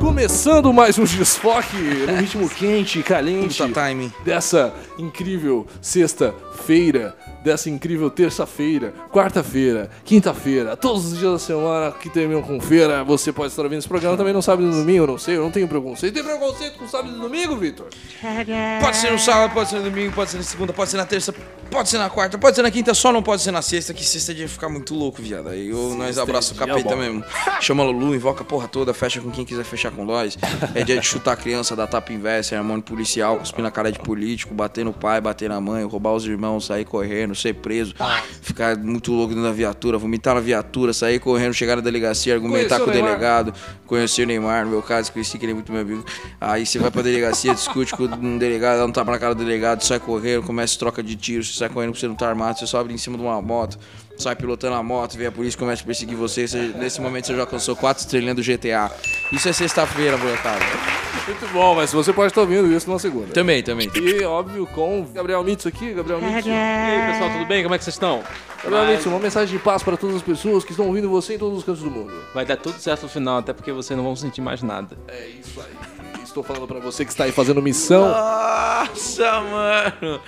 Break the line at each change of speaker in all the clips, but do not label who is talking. Começando mais um desfoque no ritmo quente, calente
É, Puta timing.
dessa incrível sexta-feira, dessa incrível terça-feira, quarta-feira, quinta-feira, todos os dias da semana que terminam com feira, você pode estar ouvindo esse programa também no sábado e no domingo, eu não sei, eu não tenho preconceito. Tem preconceito com sábado e domingo, Vitor?
Pode ser no sábado, pode ser no domingo, pode ser na segunda, pode ser na terça, pode ser na quarta, pode ser na quinta, só não pode ser na sexta, que sexta é dia de ficar muito louco, viado. Aí eu- nós abraça o
é dia
capeta
bom.
mesmo. Chama a Lulu, invoca a porra toda, fecha com quem quiser fechar com nós. É dia de chutar a criança, dar tapa em véia, ser irmão de policial, cuspir na cara de político, bater no pai, bater na mãe, roubar os irmãos, sair correndo, ser preso,
Ah.
ficar muito louco dentro da viatura, vomitar na viatura, sair correndo, chegar na delegacia, argumentar
Conheceu
com o
o Neymar?
delegado. advogado, conheci o Neymar, no meu caso, conheci que ele é muito meu amigo. Aí você vai pra delegacia, discute com um delegado, dá um tapa na cara do delegado, sai correndo, começa troca de tiros, você sai correndo porque você não tá armado, você sobe em cima de uma moto, sai pilotando a moto, vem a polícia começa a perseguir você, você- nesse momento você já alcançou quatro estrelinhas do GTA. Isso é sexta-feira, molecada.
Muito bom, mas você pode estar ouvindo isso na segunda.
Também, também.
E óbvio com Gabriel Mitsu aqui, Gabriel Mitsu.
E aí, pessoal, tudo bem? Como é que vocês estão?
Gabriel Mitsu, uma mensagem de paz para todas as pessoas que estão ouvindo você em todos os cantos do mundo.
Vai dar tudo certo no final, até porque vocês não vão sentir mais nada.
É isso aí. Estou falando pra você que está aí fazendo missão
Nossa, mano.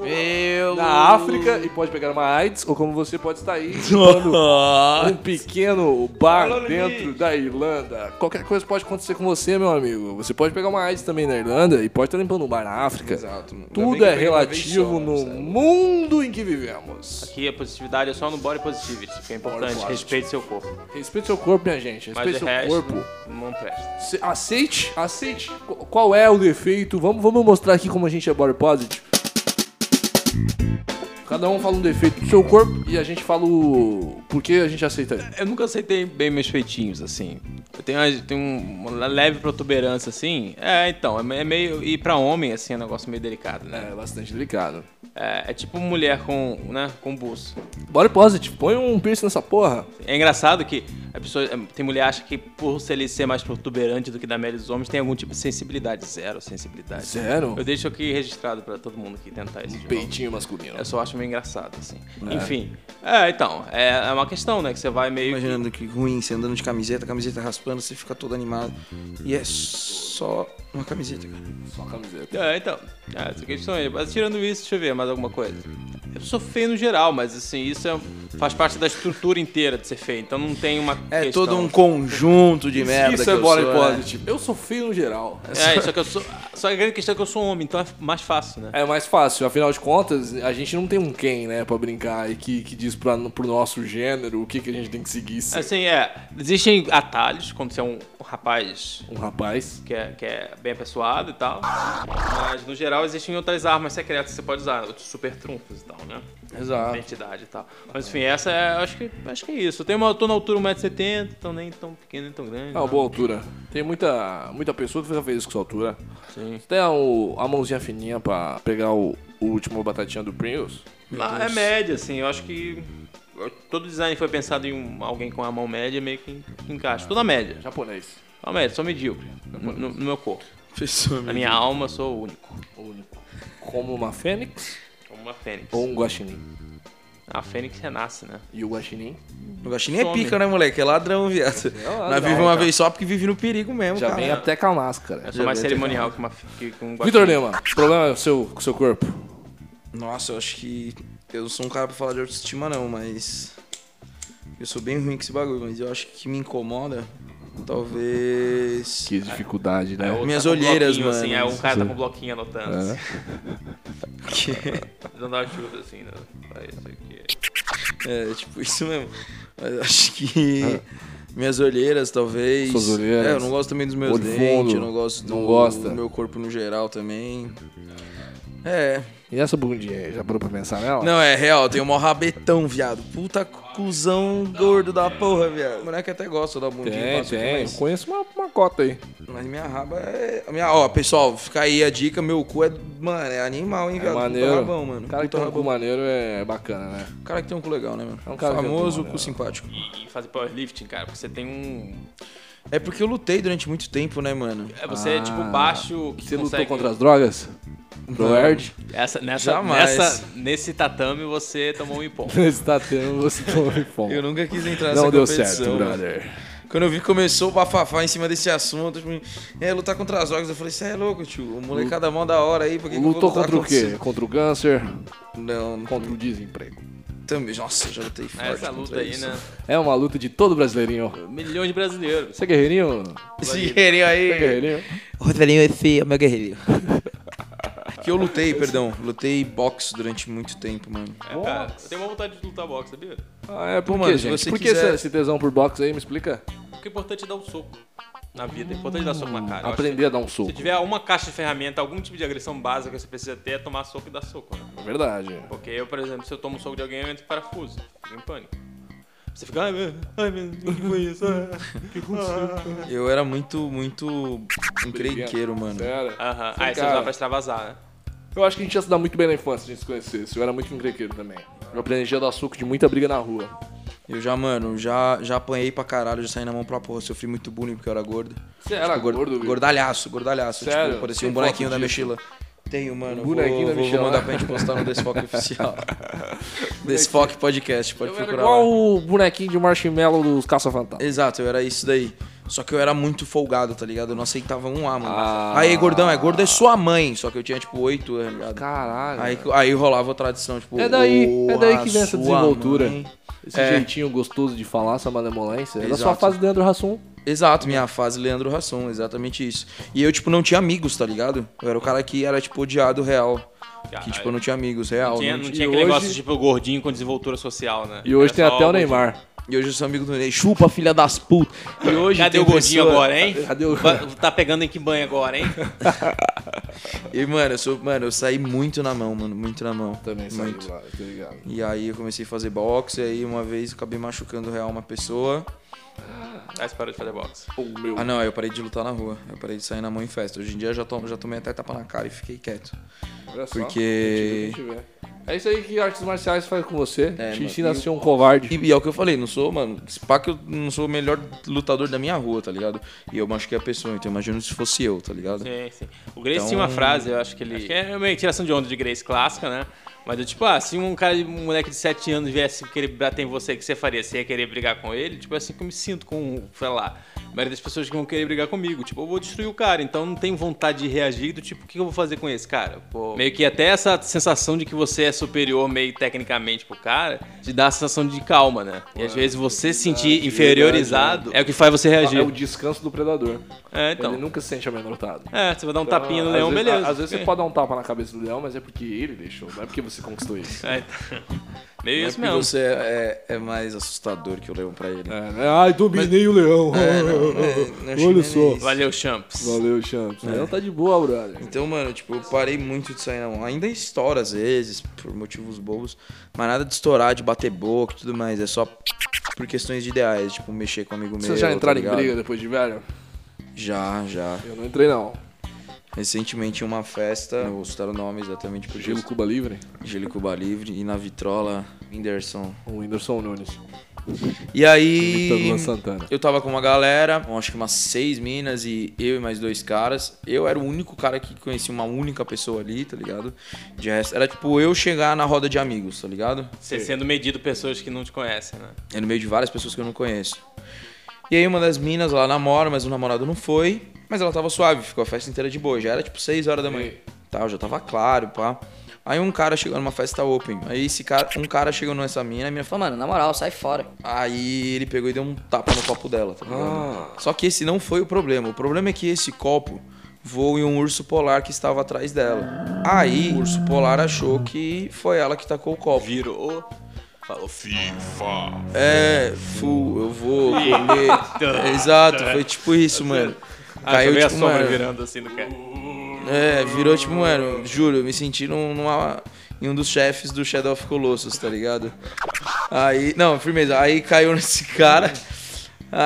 Meu.
na África e pode pegar uma AIDS, ou como você pode estar aí chupando um pequeno bar dentro da Irlanda. Qualquer coisa pode acontecer com você, meu amigo. Você pode pegar uma AIDS também na Irlanda e pode estar limpando um bar na África.
Exato. Ainda bem
Tudo
que eu
é
peguei uma vez
relativo
só, né,
no
sabe?
mundo em que vivemos.
Aqui a positividade é só no body positivity, que é
Body
importante,
positive.
respeite seu corpo.
Respeite seu corpo, minha gente.
Mas
Respeite
o
seu
resto
corpo.
não presta.
Se- Aceite, aceite. Qu- Qual é o defeito? Vamos, vamos mostrar aqui como a gente é body positive. Cada um fala um defeito do seu corpo e a gente fala o por que a gente aceita ele.
Eu nunca aceitei bem meus feitinhos, assim. Eu tenho, uma- tenho um- uma leve protuberância, assim. É, então, é me- é meio... E pra homem, assim, é um negócio meio delicado, né?
É bastante delicado.
É, é tipo mulher com, né, com buço.
Body positive, põe um piercing nessa porra.
É engraçado que a pessoa, é, tem mulher que acha que por se ele ser mais protuberante do que da média dos homens, tem algum tipo de sensibilidade. Zero sensibilidade.
Zero?
Eu deixo aqui registrado pra todo mundo que tentar isso de novo.
Peitinho masculino.
Eu É só acho meio engraçado, assim. Enfim. É, então, é, é uma questão, né? Que você vai meio. que-
Imaginando que ruim, você andando de camiseta, camiseta raspando, você fica todo animado. E é só uma camiseta, cara.
Só camiseta.
É, então. É, essa questão aí. Mas tirando isso, deixa eu ver mais alguma coisa. Eu sou feio no geral, mas assim, isso é- faz parte da estrutura inteira de ser feio. Então não tem uma.
É
questão-
todo um conjunto de merda.
Isso
que
é
eu
body
sou, né?
positive. Eu sou feio no geral.
É, só que eu sou. Só que a grande questão é que eu sou homem, então é mais fácil, né?
É mais fácil, afinal de contas, a gente não tem um quem, né, pra brincar e que, que diz pra, pro nosso gênero o que, que a gente tem que seguir. ser
Assim, é. Existem atalhos quando você é um rapaz
Um rapaz.
que é, que é bem apessoado e tal. Mas, no geral, existem outras armas secretas que você pode usar, outros super trunfos e tal, né?
Ah.
Exato.
Identidade e tal. Mas, enfim, essa é. Acho que, acho que é isso. Eu tenho uma, eu tô na altura 1,70m, então nem tão pequeno nem tão grande.
É uma
não.
boa altura. Tem muita, muita pessoa que já fez isso com sua altura.
Sim.
Tem a, o- a mãozinha fininha pra pegar o, o último batatinha do Pringles.
Mas é média, assim. Eu acho que. eu- Todo design foi pensado em um- alguém com a mão média, meio que en- que encaixa. Tudo na média. Já-
Japonês.
Uma média, sou medíocre. No, no- no meu corpo.
Pessoa
Na minha alma, eu sou único.
Único. Como uma fênix
Como uma fênix.
ou um guaxinim.
A fênix renasce, né?
E o guaxinim
O Guaxinim é
Some.
pica, né, moleque? É ladrão, viado.
ladrão,
Nós vive uma
cara.
vez só porque vive no perigo mesmo,
já
cara.
vem até com a máscara.
Eu sou mais
bem,
cerimonial que, uma, que, que um
Vitor
guaxinim.
Lima, o problema é o seu, com o seu corpo.
Nossa, eu acho que... Eu não sou um cara pra falar de autoestima, não, mas... Eu sou bem ruim com esse bagulho, mas eu acho que me incomoda, talvez...
Que dificuldade, né?
É outro
Minhas
tá com
olheiras,
bloquinho, Assim,
mano.
é, um cara tá com um bloquinho
É.
anotando. Assim,
que-
dando ajuda, assim, né? Pra isso aqui.
É, tipo, isso mesmo. Mas eu acho que. Minhas olheiras, talvez.
Suas olheiras.
É, eu não gosto também dos meus
Olho
dentes,
fundo.
eu não gosto do
Não gosta.
meu corpo no geral também. É.
E essa bundinha aí, já parou pra pensar nela?
Não, é real, tem um mó rabetão, viado. Puta cuzão gordo da porra, viado. O moleque até gosta da bundinha.
Tem,
passa aqui,
tem. Eu
Mas,
conheço uma, uma cota aí.
mas minha raba é. a Minha... Ó, pessoal, fica aí a dica, meu cu é. Mano, é animal, hein,
É
viado. Puta
maneiro.
rabão, mano.
O cara que
Puta
tem um cu
rabão.
maneiro é bacana, né?
Cara que tem um cu legal, né, mano?
É um cara que tem um cu
Famoso
maneiro.
cu simpático.
E, e fazer powerlifting, cara, porque você tem um.
É porque eu lutei durante muito tempo, né, mano?
é, Você é tipo baixo que
Você
consegue...
lutou contra as drogas? Pro Erd?
Essa, nessa,
Jamais.
nessa, nesse tatame você tomou um impom.
Você tá tendo, você tomou fome.
Eu nunca quis entrar nessa
Não deu
competição,
certo,
mano.
brother.
Quando eu vi que começou o bafafá em cima desse assunto, tipo, é, lutar contra as drogas. Eu falei, você é louco, tio. O molecada mão da hora aí, por que que eu vou
Lutou
lutar
contra o quê?
você?"
Contra o câncer,
Não, não.
contra o desemprego.
Também, nossa, eu já lutei forte.
Essa
contra
luta aí,
isso.
né?
É uma luta de todo brasileirinho.
Milhões de brasileiros.
Você é guerreirinho?
Esse guerreiro
Você é
aí.
guerreirinho?
Rodriguinho, esse é o meu guerreiro. Que eu lutei, perdão. Lutei boxe durante muito tempo, mano.
É, cara, eu tenho uma vontade de lutar boxe, sabia?
Ah, é, por quê,
Pô, mano, se
gente?
você
Por que
quiser-
esse- esse tesão por boxe aí? Me explica.
Porque o importante é dar um soco na vida. O importante é dar soco na cara. Eu
Aprender a dar um
acho que
soco.
Se tiver uma caixa de ferramenta, algum tipo de agressão básica que você precisa ter, é tomar soco e dar soco, né?
É Verdade.
Porque eu, por exemplo, se eu tomo um soco de alguém, eu entro em parafuso. Fico em pânico. Você fica, ai meu, ai meu, o que foi isso? Ah, o que aconteceu?
Eu era muito, muito encrenqueiro, mano.
Sério.
Aham,
Sim,
aí você
cara.
usava pra extravasar, né?
Eu acho que a gente ia se dar muito bem na infância se a gente se conhecesse. Eu era muito encrenqueiro também. Eu aprendi a dar soco de muita briga na rua.
Eu já, mano, já, já apanhei pra caralho, já saí na mão pra porra. Sofri muito bullying porque eu era gordo.
Você era
Gor-
gordo, viu?
Gordalhaço, gordalhaço.
Sério?
Tipo, parecia
Tem
um bonequinho
foto
da
disso? Um
mochila. Tenho, mano.
Bonequinho
vou,
da
vou-
mochila.
Vou mandar pra gente postar no Desfoque Oficial. Desfoque Podcast, pode
Eu era
procurar
igual
lá.
o bonequinho de marshmallow dos caça-fantasma.
Exato, eu era isso daí. Só que eu era muito folgado, tá ligado? Eu não aceitava um A, mano.
Ah.
Aí, gordão, é gordo é sua mãe. Só que eu tinha, tipo, oito anos, ligado?
Caralho.
Aí, aí rolava a tradição, tipo...
É daí- é daí que vem
"Porra,
essa
sua
desenvoltura."
mãe.
Esse
É.
jeitinho gostoso de falar, essa malemolência. Era só a
Exato.
fase do Leandro Hassum.
Exato, minha fase Leandro Rasson, exatamente isso. E eu, tipo, não tinha amigos, tá ligado? Eu era o cara que era, tipo, odiado real. Que, tipo, eu não tinha amigos real.
Não tinha,
não
não
tinha-
tinha
E
aquele
hoje-
negócio tipo gordinho com desenvoltura social, né?
E hoje
Era
tem
só
até o
gordinho.
Neymar.
E hoje eu sou amigo do Ney. Chupa, filha das putas. E hoje
Cadê
tem
o gordinho
pessoa-
agora, hein?
Cadê o-
Ba- Tá pegando em que banho agora, hein?
E, mano, eu sou... Mano, eu saí muito na mão, mano. Muito na mão.
Também saiu
muito.
lá, tá ligado?
E aí eu comecei a fazer boxe, e aí uma vez eu acabei machucando real uma pessoa.
Aí você parou de fazer boxe.
O meu.
Ah não, aí eu parei de lutar na rua, eu parei de sair na mão em festa. Hoje em dia eu já, tomo, já tomei até tapa na cara e fiquei quieto.
Olha só.
Porque-
Quem tiver, quem tiver. É isso aí que artes marciais faz com você.
É,
Te
mano,
ensina a
e-
ser um covarde.
E, e é o que eu falei, não sou, mano, se pá que eu não sou o melhor lutador da minha rua, tá ligado? E eu machuquei a pessoa, então imagino se fosse eu, tá ligado?
Sim, sim. O Grace
Então-
tinha uma frase, eu acho que ele. Acho que é uma tiração de onda de Grace clássica, né? Mas eu, tipo, ah, se um cara, um moleque de 7 anos viesse querer bater em você, o que você faria? Você ia querer brigar com ele? Tipo, é assim que eu me sinto com, sei lá, a maioria das pessoas que vão querer brigar comigo. Tipo, eu vou destruir o cara, então não tenho vontade de reagir do tipo, o que eu vou fazer com esse cara? Pô, meio que até essa sensação de que você é superior meio tecnicamente pro cara, te dá a sensação de calma, né? E às vezes você se sentir inferiorizado é o que faz você reagir.
É o descanso do predador.
É, então.
Ele nunca se sente amedrontado.
É, você vai dar um
Então,
tapinha no
às
leão,
vezes-
beleza.
Às vezes você pode dar um tapa na cabeça do leão, mas é porque ele deixou, não é porque você conquistou isso.
É, então. meio
É
isso
porque
mesmo.
você é, é- é mais assustador que eu levo pra ele. É,
É, né? Ai, dominei o leão. Olha só.
Valeu, Champs.
Valeu, Champs. O leão tá de boa, brother.
Então, mano, tipo, eu parei muito de sair na mão. Ainda estoura às vezes, por motivos bobos. Mas nada de estourar, de bater boca e tudo mais. É só por questões de ideais, tipo, mexer com um amigo meu.
Vocês já
tá
entraram em
ligado?
briga depois de velho?
Já, já.
Eu não entrei, não.
Recentemente em uma festa, não vou citar o nome exatamente porque
Gelo Cuba Livre?
Gelo Cuba Livre e na vitrola, Whindersson.
O Whindersson Nunes.
E
Imitando
aí.
Luan Santana.
Eu tava com uma galera, bom, acho que umas seis minas e eu e mais dois caras. Eu era o único cara que conhecia uma única pessoa ali, tá ligado? De resto, era tipo eu chegar na roda de amigos, tá ligado?
Você sendo medido pessoas que não te conhecem, né?
É no meio de várias pessoas que eu não conheço. E aí uma das minas lá namora, mas o namorado não foi. Mas ela tava suave, ficou a festa inteira de boa. Já era tipo 6 horas da manhã.
Ei.
Tá, já tava claro, pá. Aí um cara chegou numa festa open. Aí esse cara, um cara chegou nessa mina, a mina falou,
Falou, mano, na moral, sai fora.
Aí ele pegou e deu um tapa no copo dela, tá ligado?
Ah.
Só que esse não foi o problema. O problema é que esse copo voou em um urso polar que estava atrás dela. Aí o urso polar achou que foi ela que tacou o copo.
Virou. Falou, FIFA.
É, fu, eu vou comer. Exato, foi tipo isso, mano.
Ah, Caiu,
Caiu
a
tipo,
sombra
mano.
virando assim no cara.
É, virou tipo, mano, juro, eu me senti num- numa, em um dos chefes do Shadow of Colossus, tá ligado? Aí, não, firmeza, aí caiu nesse cara.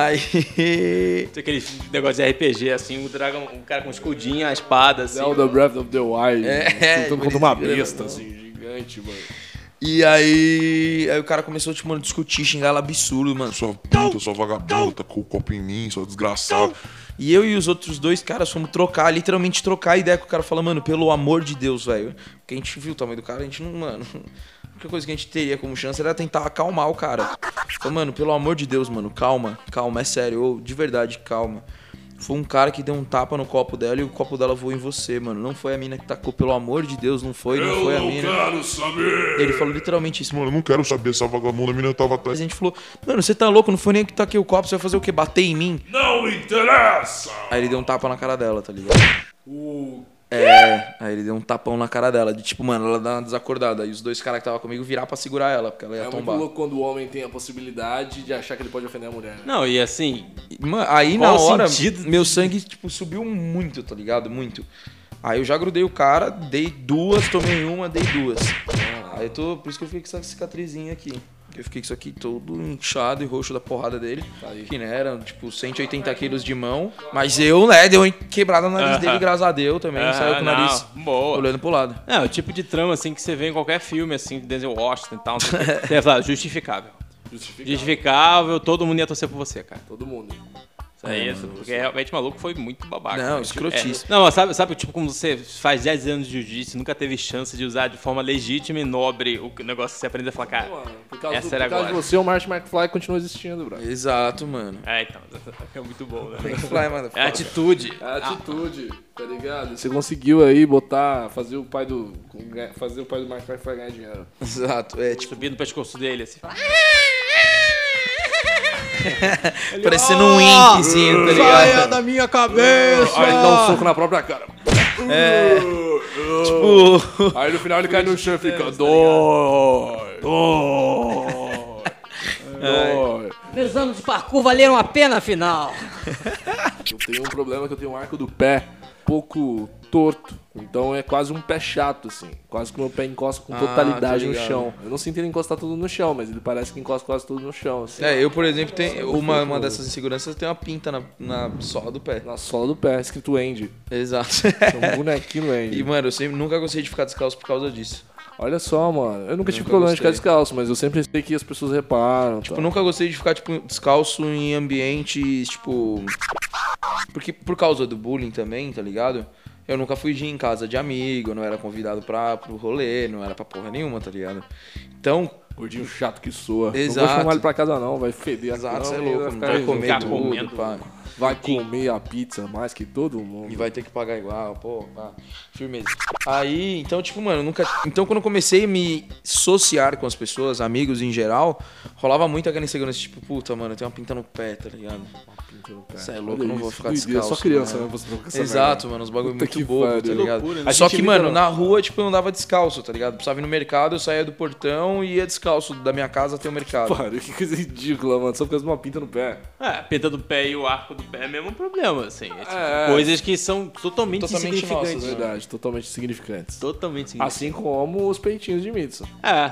Aí.
Tem aquele negócio de RPG, assim, o dragão, o cara com escudinho, a espada, assim.
Zelda Breath of the Wild.
É,
Lutando
é,
contra uma
bonito,
besta,
né?
assim, gigante, mano.
E aí, aí o cara começou, tipo,
Então,
mano, discutir, xingar ela absurdo, mano.
sua puta, sua vagabunda, tacou o copo em mim, sua desgraçada.
E eu e os outros dois caras fomos trocar, literalmente trocar ideia com o cara. Fala, mano, pelo amor de Deus, velho. Porque a gente viu o tamanho do cara, a gente não, mano. A única coisa que a gente teria como chance era tentar acalmar o cara. Falei, mano, pelo amor de Deus, mano, calma, calma, é sério, ô, de verdade, calma. Foi um cara que deu um tapa no copo dela e o copo dela voou em você, mano. Não foi a mina que tacou, pelo amor de Deus, não foi, não foi a mina.
quero saber!
Ele falou literalmente isso,
Mano, eu não quero saber essa vagabunda, a menina tava
a
atrás.
gente falou, mano, você tá louco, não foi nem eu que taquei o copo, você vai fazer o quê? Bater em mim?
Não interessa!
Aí ele deu um tapa na cara dela, tá ligado?
O
É, aí ele deu um tapão na cara dela, de tipo, mano, ela dá uma desacordada. E os dois caras que tava comigo virar pra segurar ela, porque ela ia
É muito
tombar.
louco quando o homem tem a possibilidade de achar que ele pode ofender a mulher. né?
Não, e assim,
E, mano, aí
Qual
na
o
hora,
sentido?
meu sangue, tipo, subiu muito, tá ligado? Muito. Aí eu já grudei o cara, dei duas, tomei uma, dei duas. Aí eu tô, por isso que eu fiquei com essa cicatrizinha aqui. Eu fiquei com isso aqui todo inchado e roxo da porrada dele.
aí.
Que né, era tipo 180 quilos de mão. Mas eu, né, deu uma quebrada no nariz
Aham.
dele, graças a Deus também.
Ah,
saiu com o
não,
nariz
boa.
olhando pro lado.
É, o tipo de trama assim que você vê em qualquer filme, assim, de Denzel Washington e tal. Você fala, justificável.
Justifica
Justificável, todo mundo ia torcer por você, cara.
todo mundo.
Isso é isso, porque realmente o maluco foi muito babaca.
Não,
né?
escrotíssimo.
É, Não, mas sabe, sabe, tipo, como você faz 10 anos de jiu-jitsu, nunca teve chance de usar de forma legítima e nobre o negócio que você aprende a falar, cara.
Mano, por causa,
Essa
do,
era
por causa de
agora.
você, o Martin McFly continua existindo, bro.
Exato, mano.
É, então, é muito bom, né?
Fly, mano.
É atitude.
É a atitude, tá ligado? Você conseguiu aí botar, fazer o pai do. Fazer o pai do Martin McFly ganhar dinheiro.
Exato. É tipo,
Subir no pescoço dele, assim.
parecendo um inkzinho, tá ligado?
da minha cabeça!
Aí ele dá um soco na própria cara.
É. Tipo. É, tá
Aí no final ele cai no chão e fica. Dói! Dói! Dói!
Meus anos de parkour valeram a pena, afinal.
Eu tenho um problema que eu tenho um arco do pé pouco torto. Então é quase um pé chato, assim. Quase que meu pé encosta com
Ah,
totalidade
tô
no
ligado.
chão. Eu não sinto ele encostar tudo no chão, mas ele parece que encosta quase tudo no chão, assim.
É, eu, por exemplo, tenho uma, uma dessas inseguranças tem uma pinta na, na sola do pé.
Na sola Tá do pé, escrito Andy.
Exato.
É um bonequinho
e,
Andy.
mano, eu sempre, nunca gostei de ficar descalço por causa disso.
Olha só, mano. Eu nunca, tive
Nunca
problema de ficar
gostei.
descalço, mas eu sempre sei que as pessoas reparam.
Tipo,
tal.
eu nunca gostei de ficar, tipo, descalço em ambientes, tipo. Porque por causa do bullying também, tá ligado? Eu nunca fui de ir em casa de amigo, eu não era convidado pra, pro rolê, não era pra porra nenhuma, tá ligado? Então,
Gordinho chato que soa. Não vou
Exato.
chamar ele pra casa, não. Vai feder a
Exato,
casa.
você é
não,
louco,
vai
não
ficar
vai
aí,
comer
vai
tudo,
comendo, pá.
Vai comer a pizza mais que todo mundo.
E vai ter que pagar igual, pô, pá. Firmeza. Aí, então, tipo, mano, nunca. Então, quando eu comecei a me associar com as pessoas, amigos em geral, rolava muito aquela insegurança, tipo, puta, mano, eu tenho uma pinta no pé, tá ligado? Você é louco, eu não vou ficar
Doideira,
descalço.
Só criança,
né?
né? Você tá com essa merda.
Exato, mano, uns bagulho
Puta que
muito bobo, tá
pariu.
ligado?
Loucura, né?
Só
A gente
que, mano,
literal-
na rua, tipo, eu andava descalço, tá ligado? Precisava ir no mercado, eu saía do portão e ia descalço da minha casa até o mercado.
Pariu, que coisa ridícula, mano. Só por causa de uma pinta no pé.
É, a penta do pé e o arco do pé é o mesmo problema, assim. É, tipo,
É.
Coisas que são totalmente,
Totalmente
insignificantes.
nossas, né?
Verdade, totalmente insignificantes.
Totalmente insignificantes.
Assim como os peitinhos de Mitsu.
É.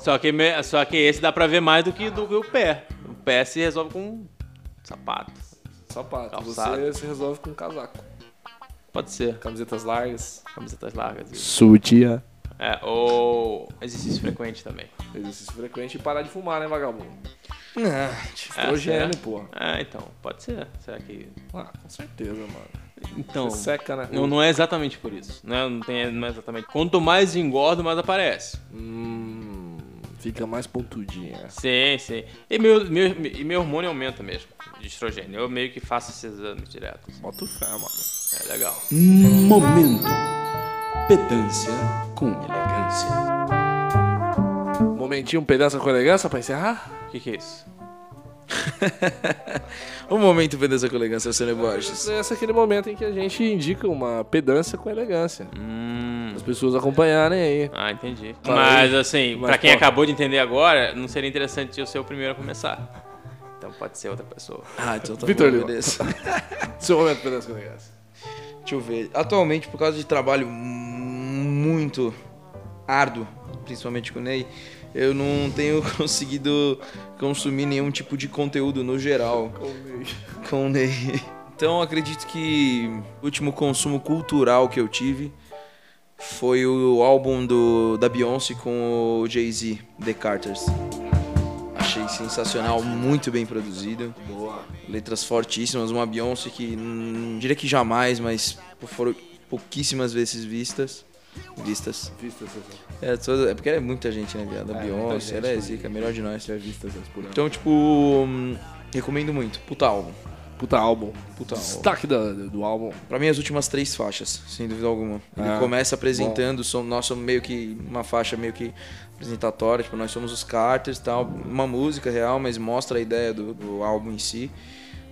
Só que, me- só que esse dá pra ver mais do que, do que o pé. O pé se resolve com um sapatos.
Sapato.
Calçado.
Você se resolve com um casaco.
Pode ser.
Camisetas largas.
Camisetas largas.
Sutiã.
É, ou exercício frequente também.
Exercício frequente e parar de fumar, né, vagabundo?
Ah, tipo,
Estrogênio,
será?
porra.
Ah, então, pode ser. Será que.
Ah, com certeza, mano.
Então.
Você seca, né?
Não, não é exatamente por isso. Né? Não, tem, não é exatamente. Quanto mais engordo, mais aparece.
Hum, fica mais pontudinha.
Sim, sim. E meu, meu, e meu hormônio aumenta mesmo, de estrogênio. Eu meio que faço esses exames direto. assim.
Bota o fé, mano.
É legal.
Momento. Pedância com elegância.
Momentinho, um pedaço com elegância pra encerrar?
O que, que é isso?
Um momento, beleza, colega, seu Sônia Borges.
Esse é aquele momento em que a gente indica uma pedância com elegância. As pessoas acompanharem aí.
Ah, entendi.
Tá
Mas
aí.
assim,
Mas
pra quem
pode.
acabou de entender agora, não seria interessante eu ser o primeiro a começar. Então pode ser outra pessoa.
Ah, então tá
Vitor
bom,
Lima.
beleza.
Seu momento, pedância com elegância.
Deixa eu ver. Atualmente, por causa de trabalho muito árduo, principalmente com o Ney, eu não tenho conseguido consumir nenhum tipo de conteúdo no geral com o Ney. Então, eu acredito que o último consumo cultural que eu tive foi o álbum do, da Beyoncé com o Jay-Z, The Carters. achei sensacional, muito bem produzido. Boa. Letras fortíssimas, uma Beyoncé que hum, não diria que jamais, mas foram pouquíssimas vezes vistas. Vistas.
Vistas,
É, toda, é porque é muita gente, né, viado? A
muita
Beyoncé,
gente. né?
ela é zica, melhor de nós.
vistas é, por ano.
Então, tipo, hum, recomendo muito. Puta álbum.
Puta álbum.
Puta álbum.
Destaque da- do álbum.
Pra mim, as últimas três faixas, sem dúvida alguma. Ele
Ah,
começa apresentando, som, nós somos meio que uma faixa meio que apresentatória, tipo, nós somos os Carters e tal. Uma música real, mas mostra a ideia do, do álbum em si.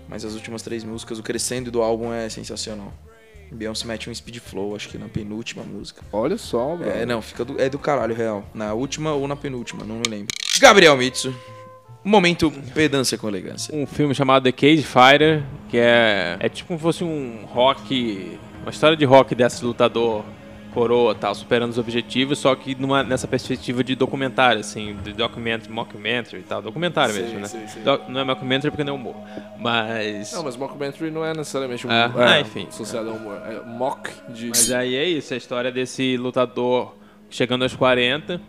Mas as últimas três músicas, o crescendo do álbum é sensacional. Beyoncé mete um speed flow, acho que na penúltima música.
Olha só, velho.
É, não, fica do, é do caralho, real. Na última ou na penúltima, não me lembro. Gabriel Mitsu. Momento pedância com elegância.
um filme chamado The Cage Fighter, que é, é tipo como se fosse um rock, uma história de rock desse lutador coroa tal, superando os objetivos, só que numa, nessa perspectiva de documentário, assim, de document, mockumentary e tal, documentário
Sim,
mesmo, né?
sim, sim.
Doc- não é mockumentary porque não é humor, mas...
Não, mas mockumentary não é necessariamente um
É.
é,
Ah, enfim.
associado ao humor. É mock de.
Mas aí é isso, é a história desse lutador chegando aos 40,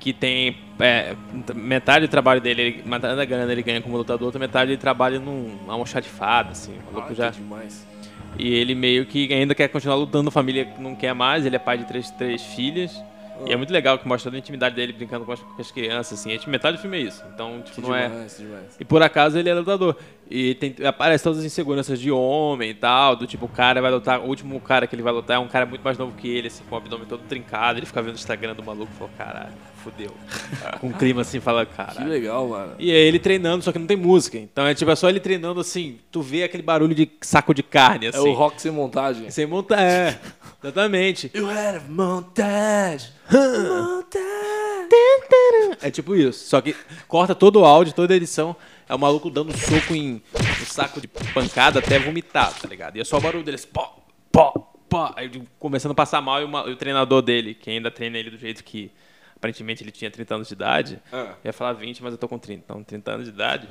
que tem é, metade do trabalho dele, ele- metade da grana ele ganha como lutador, outra metade ele trabalha num almoxarifado, assim, o
Ah,
maluco
que
já...
demais.
E ele meio que ainda quer continuar lutando, a família não quer mais, ele é pai de três, três filhas. E
Ah.
é muito legal que mostra toda a intimidade dele brincando com as, com as crianças, assim. É, tipo, metade do filme é isso. Então, tipo,
Que
não é.
demais, demais.
E por acaso ele é lutador. E tem, aparece todas as inseguranças de homem e tal, do tipo, o cara vai lutar, o último cara que ele vai lutar é um cara muito mais novo que ele, assim, com o abdômen todo trincado. Ele fica vendo o Instagram do maluco e falou, caralho, fudeu. com um clima assim, fala,
Que
caralho.
legal, mano.
E é ele treinando, só que não tem música. Então é tipo, é só ele treinando assim, tu vê aquele barulho de saco de carne, assim.
É o rock sem montagem.
Sem montar, é. Exatamente.
You had a montage.
É tipo isso. Só que corta todo o áudio, toda a edição. É o maluco dando soco em um saco de pancada até vomitar, tá ligado? E é só o barulho deles. Pó, pó, pó. Aí ele começando a passar mal e, o ma- e o treinador dele, que ainda treina ele do jeito que aparentemente ele tinha 30 anos de idade. Eu ia falar 20, mas eu tô com 30. Então, 30 anos de idade.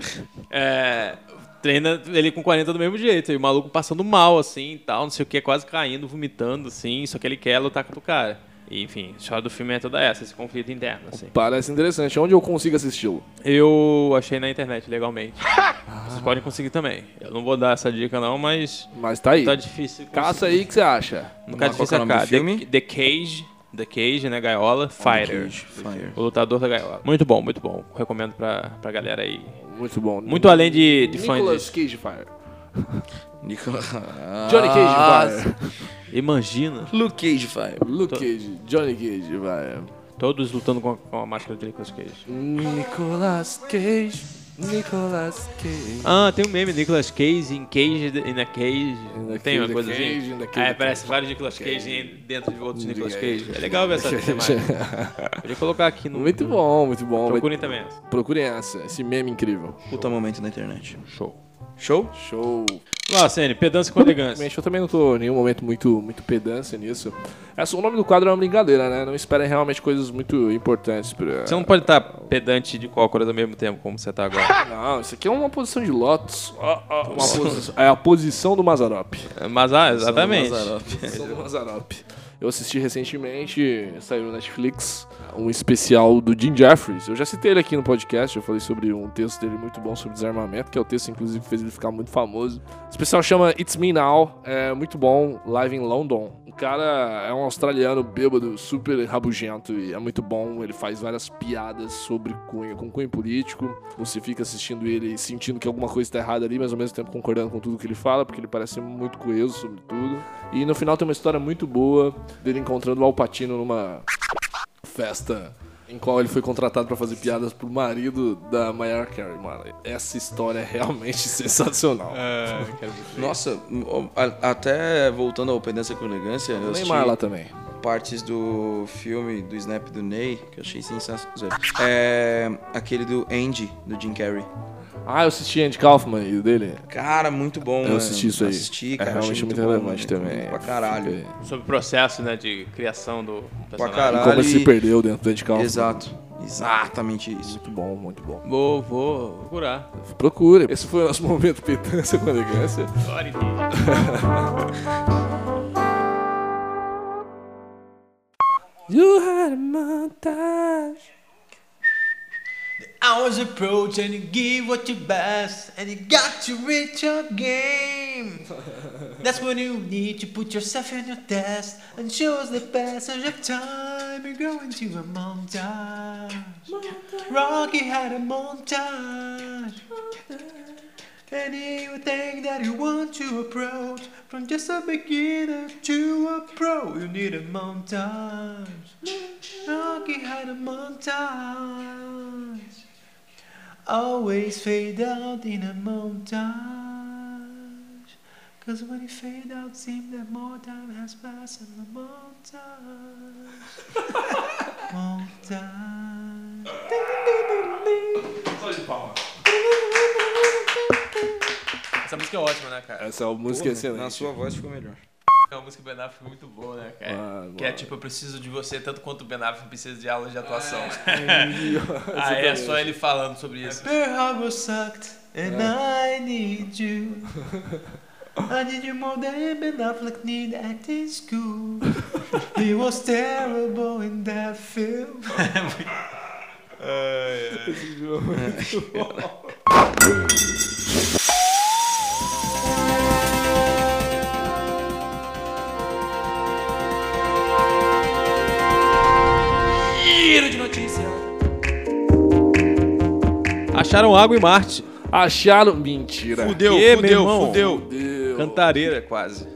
é, treina ele com 40 do mesmo jeito. E o maluco passando mal, assim, e tal, não sei o que, quase caindo, vomitando, assim. Só que ele quer lutar contra o cara. E, enfim, a história do filme é toda essa, esse conflito interno, assim.
Parece interessante. Onde eu consigo assisti-lo?
Eu achei na internet legalmente.
Ah.
Vocês podem conseguir também. Eu não vou dar essa dica não, mas
Mas tá aí.
tá difícil. conseguir.
Caça aí que você acha.
Não
Qual
tá
é
difícil
o nome do
achar.
filme?
The, The Cage, The Cage, né, gaiola, Fighter.
Fire.
O lutador da gaiola. Muito bom, muito bom. Recomendo pra, pra galera aí.
Muito bom.
Muito além de, de fã
Nicolas
de...
Cage Fire.
Nicolas. Ah,
Johnny
Ah,
Cage Fire.
Imagina.
Luke Cage Fire.
Luke Cage. Johnny Cage Fire.
Todos lutando com a, com a máscara de Nicolas Cage.
Nicolas Cage. Nicolas Cage.
Ah, tem um meme, Nicolas Cage, in Cage, in a Cage.
In a
tem
cage,
uma coisa
in a cage, in a
assim.
cage, in
Ah,
a
aparece vários Nicolas Cage dentro de outros Nicolas
cage.
Cage. É legal ver essa imagem. Podia colocar aqui no.
Muito bom, muito bom.
Ah, hum. Procurem também essa.
Procurem essa, esse meme incrível.
Puta momento na internet.
Show.
Show?
Show.
Lá, Sene, pedância com elegância.
Realmente, eu também não tô em nenhum momento muito, muito pedância nisso. É só- o nome do quadro é uma brincadeira, né? Não esperem realmente coisas muito importantes pra...
Você não pode estar pedante de qual coisa ao mesmo tempo, como você tá agora.
Não, isso aqui é uma posição de Lotus. Ó, ó, uma posição- é a posição do Mazarop.
Mas, ah, exatamente.
É.
Posição do Mazarop. Eu assisti recentemente, saiu no Netflix, um especial do Jim Jeffries. Eu já citei ele aqui no podcast, eu falei sobre um texto dele muito bom sobre desarmamento, que é o texto, inclusive, que fez ele ficar muito famoso. O especial chama It's Me Now, é muito bom, live em London. O cara é um australiano bêbado, super rabugento e é muito bom. Ele faz várias piadas sobre cunho, com cunho político. Você fica assistindo ele e sentindo que alguma coisa está errada ali, mas ao mesmo tempo concordando com tudo que ele fala, porque ele parece muito coeso sobre tudo. E no final tem uma história muito boa dele encontrando o Alpatino numa festa em qual ele foi contratado pra fazer piadas pro marido da Mariah Carey, mano. Essa história é realmente
É,
sensacional.
Ah,
Nossa, o- a- até voltando ao Pedância com Elegância, eu
O
assisti
Neymar lá também.
partes do filme do Snap do Ney, que eu achei sensacional. É aquele do Andy, do Jim Carrey.
Ah, eu assisti Andy Kaufman e o dele.
Cara, muito bom,
Eu
mano.
assisti isso aí.
Assisti,
É
cara,
realmente
achei
muito
bom,
relevante
muito
também.
bom Pra caralho.
Sobre o processo, né, de criação do
Pra
personagem.
caralho.
Como ele se perdeu dentro do Andy Kaufman.
Exato. Exatamente isso.
Muito bom, muito bom.
Vou, vou procurar.
Procure. Esse foi o nosso momento petância com elegância. You had a montage.
I was approached and you give what you best and you got to reach your game. That's when you need to put yourself in your test and choose the passage of time. You're going to a montage. Rocky had a montage. And anything that you want to approach, from just a beginner to a pro, you need a montage. Rocky had a montage. Always fade out in a montage. Cause when you fade out, seems that more time has passed in the montage. montage.
Essa música é ótima, né, cara?
Essa música é excelente.
Na sua voz ficou melhor.
É uma música do Ben Affleck muito boa, né, cara?
Ah,
que é
boa.
tipo, eu preciso de você tanto quanto o Ben Affleck precisa de aulas de atuação.
Essa
Aí é
também.
só ele falando sobre isso.
Your heart was sucked, and I need you. I need you more than Ben Affleck need acting school. he was terrible in that film.
Acharam água em Marte.
Acharam. Mentira.
Fudeu,
Que, meu
fudeu,
irmão?
fudeu.
Deus.
Cantareira, quase.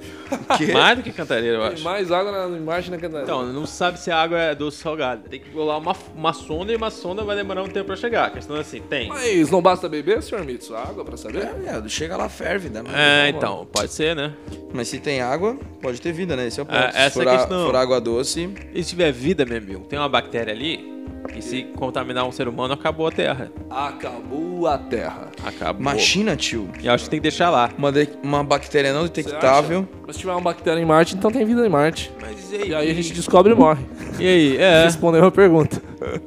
Mais do que cantareira, eu
Tem
acho.
mais água na imagem né, tá- na Cantareira.
Então, não sabe se a água é doce ou salgada. Tem que rolar uma, uma sonda e uma sonda vai demorar um tempo pra chegar. A questão é assim, tem.
Mas não basta beber, senhor Mitsu? Água pra saber?
É, viado, chega lá, ferve, dá merda.
É, então, pode ser, né?
Mas se tem água, pode ter vida, né? Esse é o ponto.
É, essa
se
é a
for, a-
questão.
for água doce,
E se tiver vida, meu amigo, tem uma bactéria ali que se contaminar um ser humano, acabou a Terra.
Acabou a terra.
Acabou.
machina, tio.
E eu acho que tem que deixar lá.
Uma, de- uma bactéria não
Você acha?
detectável.
Mas se tiver uma bactéria em Marte, então tem vida em Marte.
Mas
E aí a gente descobre e morre.
E aí? É,
Respondeu a pergunta.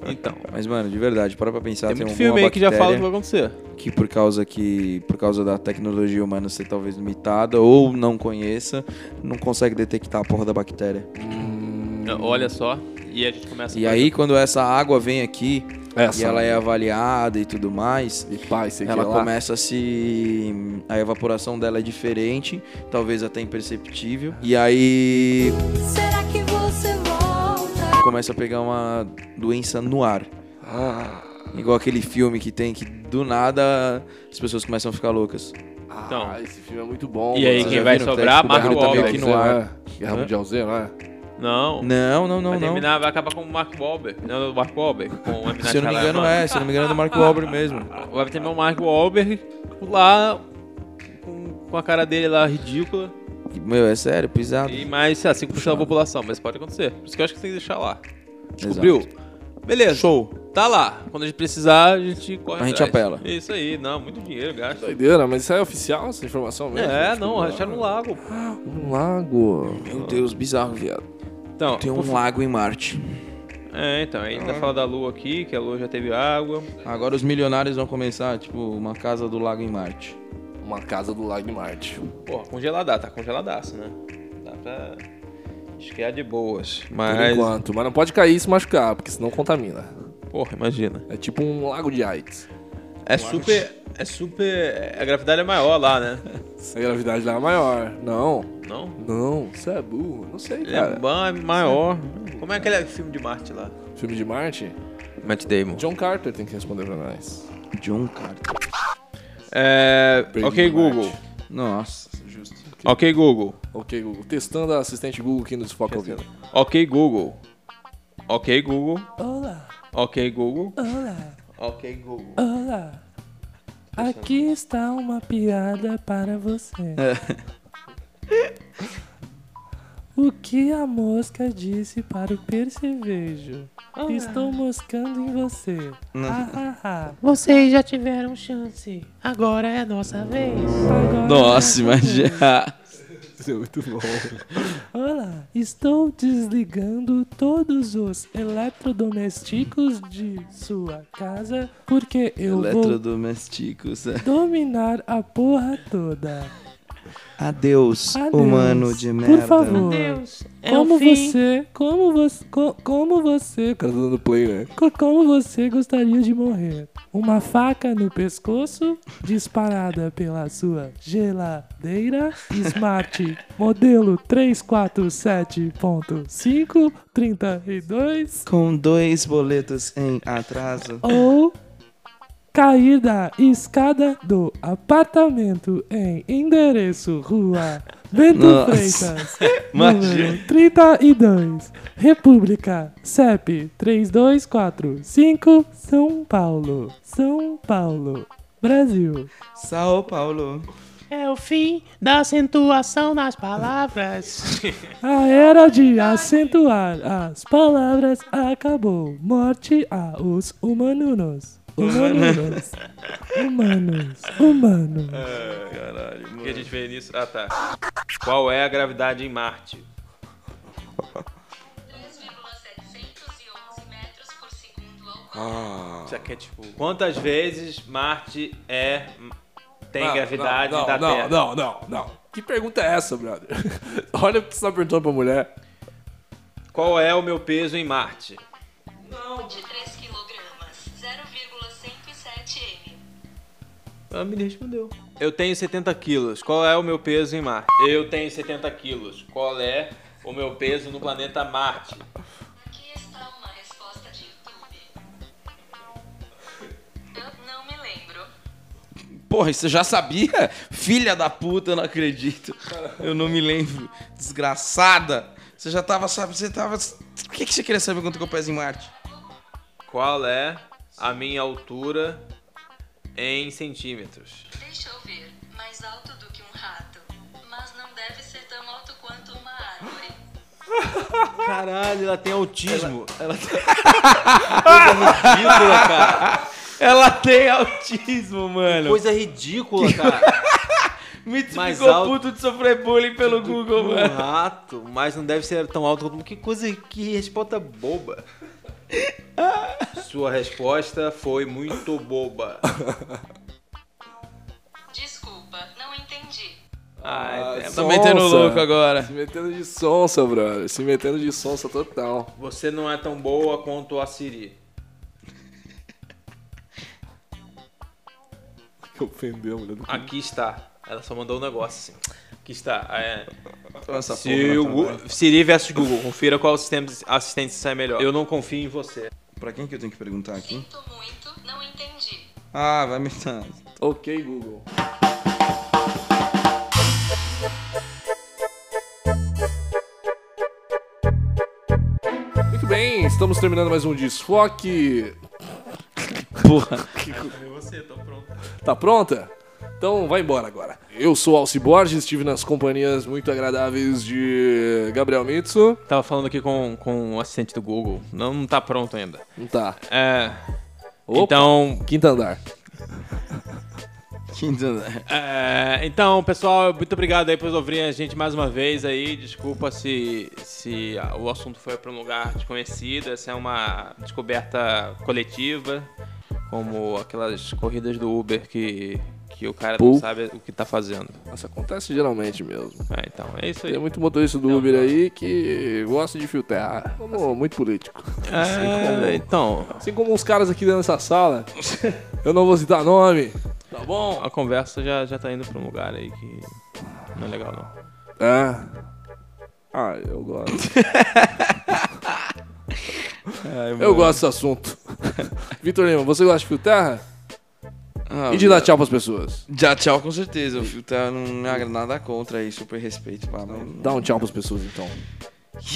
então.
Mas, mano, de verdade, para pra pensar.
Tem
Tem,
muito
alguma
filme aí que já fala o
bactéria
que vai acontecer.
que por causa que por causa da tecnologia humana ser talvez limitada ou não conheça, não consegue detectar a porra da bactéria.
Olha só. E a gente começa
E aí quando essa água vem aqui
Essa.
e ela é avaliada e tudo mais,
E pai, sei que
ela
é lá.
começa a se a evaporação dela é diferente, talvez até imperceptível. E aí
Será que você volta?
começa a pegar uma doença no ar.
Ah,
Igual aquele filme que tem que do nada as pessoas começam a ficar loucas.
ah,
Então.
esse filme é muito bom.
E aí,
mano.
Vocês
quem
já
vai
viram?
sobrar?
Tá, tipo,
Marco
Barulho também
Wahlberg.
aqui no ar.
né? Guerra Mundial Z, não é?
Não.
Não, não, não,
Vai
não.
terminar, vai acabar com o Mark Wahlberg. Não, o Mark Wahlberg. Com o
Se eu não me engano é, se eu não me engano é do Marco Wahlberg mesmo.
Vai terminar o Mark Wahlberg lá com, com a cara dele lá ridícula.
Meu, é sério, pisado.
E mais, sei lá, 5% da população. Mas pode acontecer. Por isso que eu acho que tem que deixar lá.
Exato.
Descobriu? Beleza.
Show.
Tá lá. Quando a gente precisar, a gente corre
A gente
atrás.
apela.
Isso aí. Não, muito dinheiro, gasta.
Doideira, mas isso é oficial, essa informação mesmo?
É, não, acharam um lago.
Um lago.
Meu Deus, bizarro, viado.
Então,
Tem um Ah. lago em Marte.
É, então, aí ainda fala da lua aqui, que a lua já teve água.
Agora os milionários vão começar, tipo, uma casa do lago em Marte.
Uma casa do lago de Marte.
Porra, congelada, tá congeladaço, né? Dá pra esquiar de boas.
Por
Mas,
enquanto. Mas não pode cair e se machucar, porque senão contamina.
porra, imagina.
É tipo um lago de AIDS.
É super. É super. A gravidade é maior lá, né?
A gravidade lá é maior. Não,
Não?
não, você é burro. Não sei,
Ele é
cara.
ba- maior. Como é aquele filme de Marte lá?
Filme de Marte?
Matt Damon.
John Carter tem que responder pra nós.
John Carter.
É.
Perdi
Ok,
de Marte.
Google.
Nossa.
Ok, Google.
Ok, Google. Testando a assistente Google aqui no Desfoca Ouvido.
Ok, Google. Ok, Google. Olá. Ok, Google. Olá. Ok, Google.
Aqui está uma piada para você. O que a mosca disse para o percevejo?
Ah.
Estou moscando em você. Ah, ah, ah.
Vocês já tiveram chance, agora é nossa vez.
Agora
Nossa, imagina.
Isso é muito bom.
Olá, estou desligando todos os eletrodomésticos de sua casa porque eu vou
Eletrodomésticos.
dominar a porra toda.
Adeus,
Adeus.
humano de merda.
Ah, Por favor. como você, como você, co- como você,
O cara tá dando play, né?
co- como você gostaria de morrer? Uma faca no pescoço, disparada pela sua geladeira Smart, modelo 347.532
Com dois boletos em atraso.
ou cair da escada do apartamento em endereço Rua Bento
Nossa.
Freitas,
Imagina.
número 32, República, CEP 3245, São Paulo, São Paulo, Brasil.
São Paulo.
É o fim da acentuação nas palavras. A era de acentuar as palavras acabou. Morte aos humanos. Humanos. Humanos. Humanos.
Ai, caralho. O que a gente vê nisso? Ah, tá. Qual é a gravidade em Marte?
3,711 metros por segundo ao
Isso aqui é tipo. Quantas vezes Marte é. tem
Não,
gravidade
não,
da
não,
Terra?
Não, não, não. Que pergunta é essa, brother? Olha o que você tá perguntando pra mulher.
Qual é o meu peso em Marte?
23 quilogramas, 0,107 m.
Ela Ah, me respondeu. Eu tenho 70 quilos. Qual é o meu peso em Marte? Eu tenho 70 quilos. Qual é o meu peso no planeta Marte?
Aqui está uma resposta de YouTube. Eu não me lembro.
Porra, você já sabia? Filha da puta, eu não acredito. Eu não me lembro. Desgraçada. Você já tava, sabe? Você tava. O que, que você queria saber quanto que eu peso em Marte?
Qual é a minha altura em centímetros?
Deixa eu ver. Mais alto do que um rato. Mas não deve ser tão alto quanto uma árvore.
Caralho, ela tem autismo. Ela, Coisa ridícula, cara.
Ela tem autismo, mano.
Coisa ridícula, cara.
Me
Mais
ficou
alto.
puto de sofrer bullying pelo Google,
Um
mano.
rato, mas não deve ser tão alto quanto. Que coisa, que resposta boba. Sua resposta foi muito boba.
Desculpa, não entendi.
Ai,
Ah,
Tá metendo
Sonsa.
louco agora.
Se metendo de sonsa, brother. Se metendo de sonsa total.
Você não é tão boa quanto a Siri.
Que ofendeu a mulher do
Aqui está. Ela só mandou um negócio assim. Aqui está. É,
Nossa,
se o Gu- Siri versus Google, confira qual sistema de assistência sai melhor. Eu não confio em você.
Pra quem que eu tenho que perguntar aqui?
Sinto muito, não entendi.
Ah, vai me. tá.
Ok, Google. Muito bem, estamos terminando mais um desfoque.
Porra.
Tá pronta? Então vai embora agora. Eu sou Alci Borges, estive nas companhias muito agradáveis de Gabriel Mitsu.
Tava falando aqui com, com o assistente do Google. Não, não tá pronto ainda.
Tá.
É.
Opa.
Então,
Quinto andar.
É, então, pessoal, muito obrigado aí por ouvirem a gente mais uma vez aí. Desculpa se, se ah, o assunto foi para um lugar desconhecido. Essa é uma descoberta coletiva, como aquelas corridas do Uber que, que o cara não
Pô.
sabe o que tá fazendo.
Isso acontece geralmente mesmo.
É, então, é isso aí.
Tem muito motorista do Uber aí que gosta de filtrar. Como muito político.
É, então,
Assim como uns caras aqui dentro dessa sala. Eu não vou citar nome.
tá bom. A conversa já, já tá indo para um lugar aí que não é legal, não.
Ah. Ah, eu gosto. É, eu gosto desse assunto. Vitor Lima, você gosta de fio terra?
Ah,
E de dar tchau pras pessoas.
Já tchau, com certeza. Eu fico- tá, não é nada contra aí, super respeito. Pá, mas-
Dá um tchau pras pessoas então.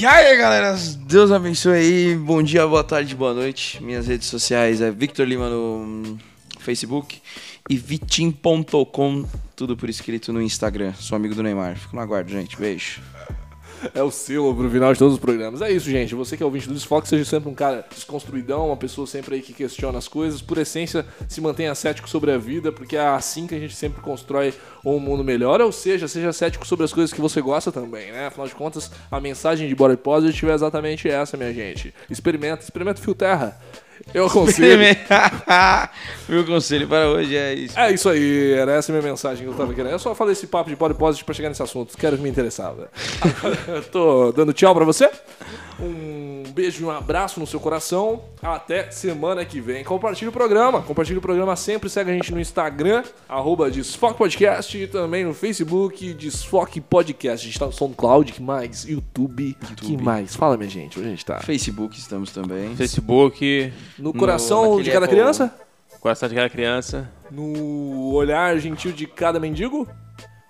E aí, galera, Deus abençoe aí. Bom dia, boa tarde, boa noite. Minhas redes sociais é Victor Lima no hum, Facebook e vitim.com, tudo por escrito no Instagram. Sou amigo do Neymar. Fico no aguardo, gente. Beijo.
É o selo pro final de todos os programas. É isso, gente. Você que é ouvinte do Desfoque, seja sempre um cara desconstruidão, uma pessoa sempre aí que questiona as coisas. Por essência, se mantenha cético sobre a vida, porque é assim que a gente sempre constrói um mundo melhor. Ou seja, seja cético sobre as coisas que você gosta também, né? Afinal de contas, a mensagem de Body Positive é exatamente essa, minha gente. Experimenta, experimenta o Fio Terra. Eu aconselho.
Meu conselho para hoje é isso.
É isso aí, era essa a minha mensagem que eu tava querendo. Eu só falei esse papo de pode pós pra chegar nesse assunto, que era o que me interessava. eu tô dando tchau pra você. Um beijo e um abraço no seu coração. Até semana que vem. Compartilhe o programa. Compartilhe o programa sempre. Segue a gente no Instagram, arroba Desfoque Podcast. E também no Facebook, Desfoque Podcast. A gente tá no SoundCloud, que mais? YouTube, que mais? Fala, minha gente, onde a gente tá?
Facebook estamos também.
Facebook,
No coração de
naquele
cada
Apple.
criança?
coração de cada criança,
No olhar gentil de cada mendigo?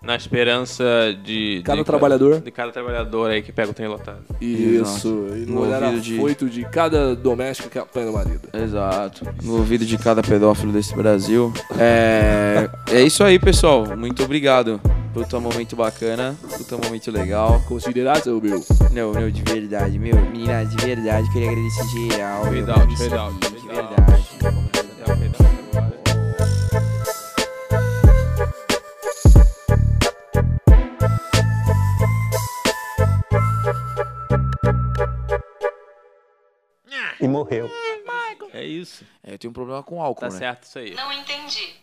na esperança de...
Cada
de-
trabalhador.
De cada trabalhador aí que pega o trem lotado.
Isso, e no
No
olhar
ouvido de-
afoito de... cada doméstica que apanha o marido.
Exato. No ouvido de cada pedófilo desse Brasil. É, é isso aí, pessoal. Muito obrigado. Puta momento bacana, puta momento legal.
Considerado, seu Bill.
Não, não, de verdade, meu. Meninas, de verdade, queria agradecer geral.
Fade
meu,
out,
por isso
fade out,
aqui,
fade
De
out.
verdade.
É isso.
É, eu tenho um problema com álcool,
Tá
né?
É
certo isso aí. Tá
Tá
né?
Não entendi.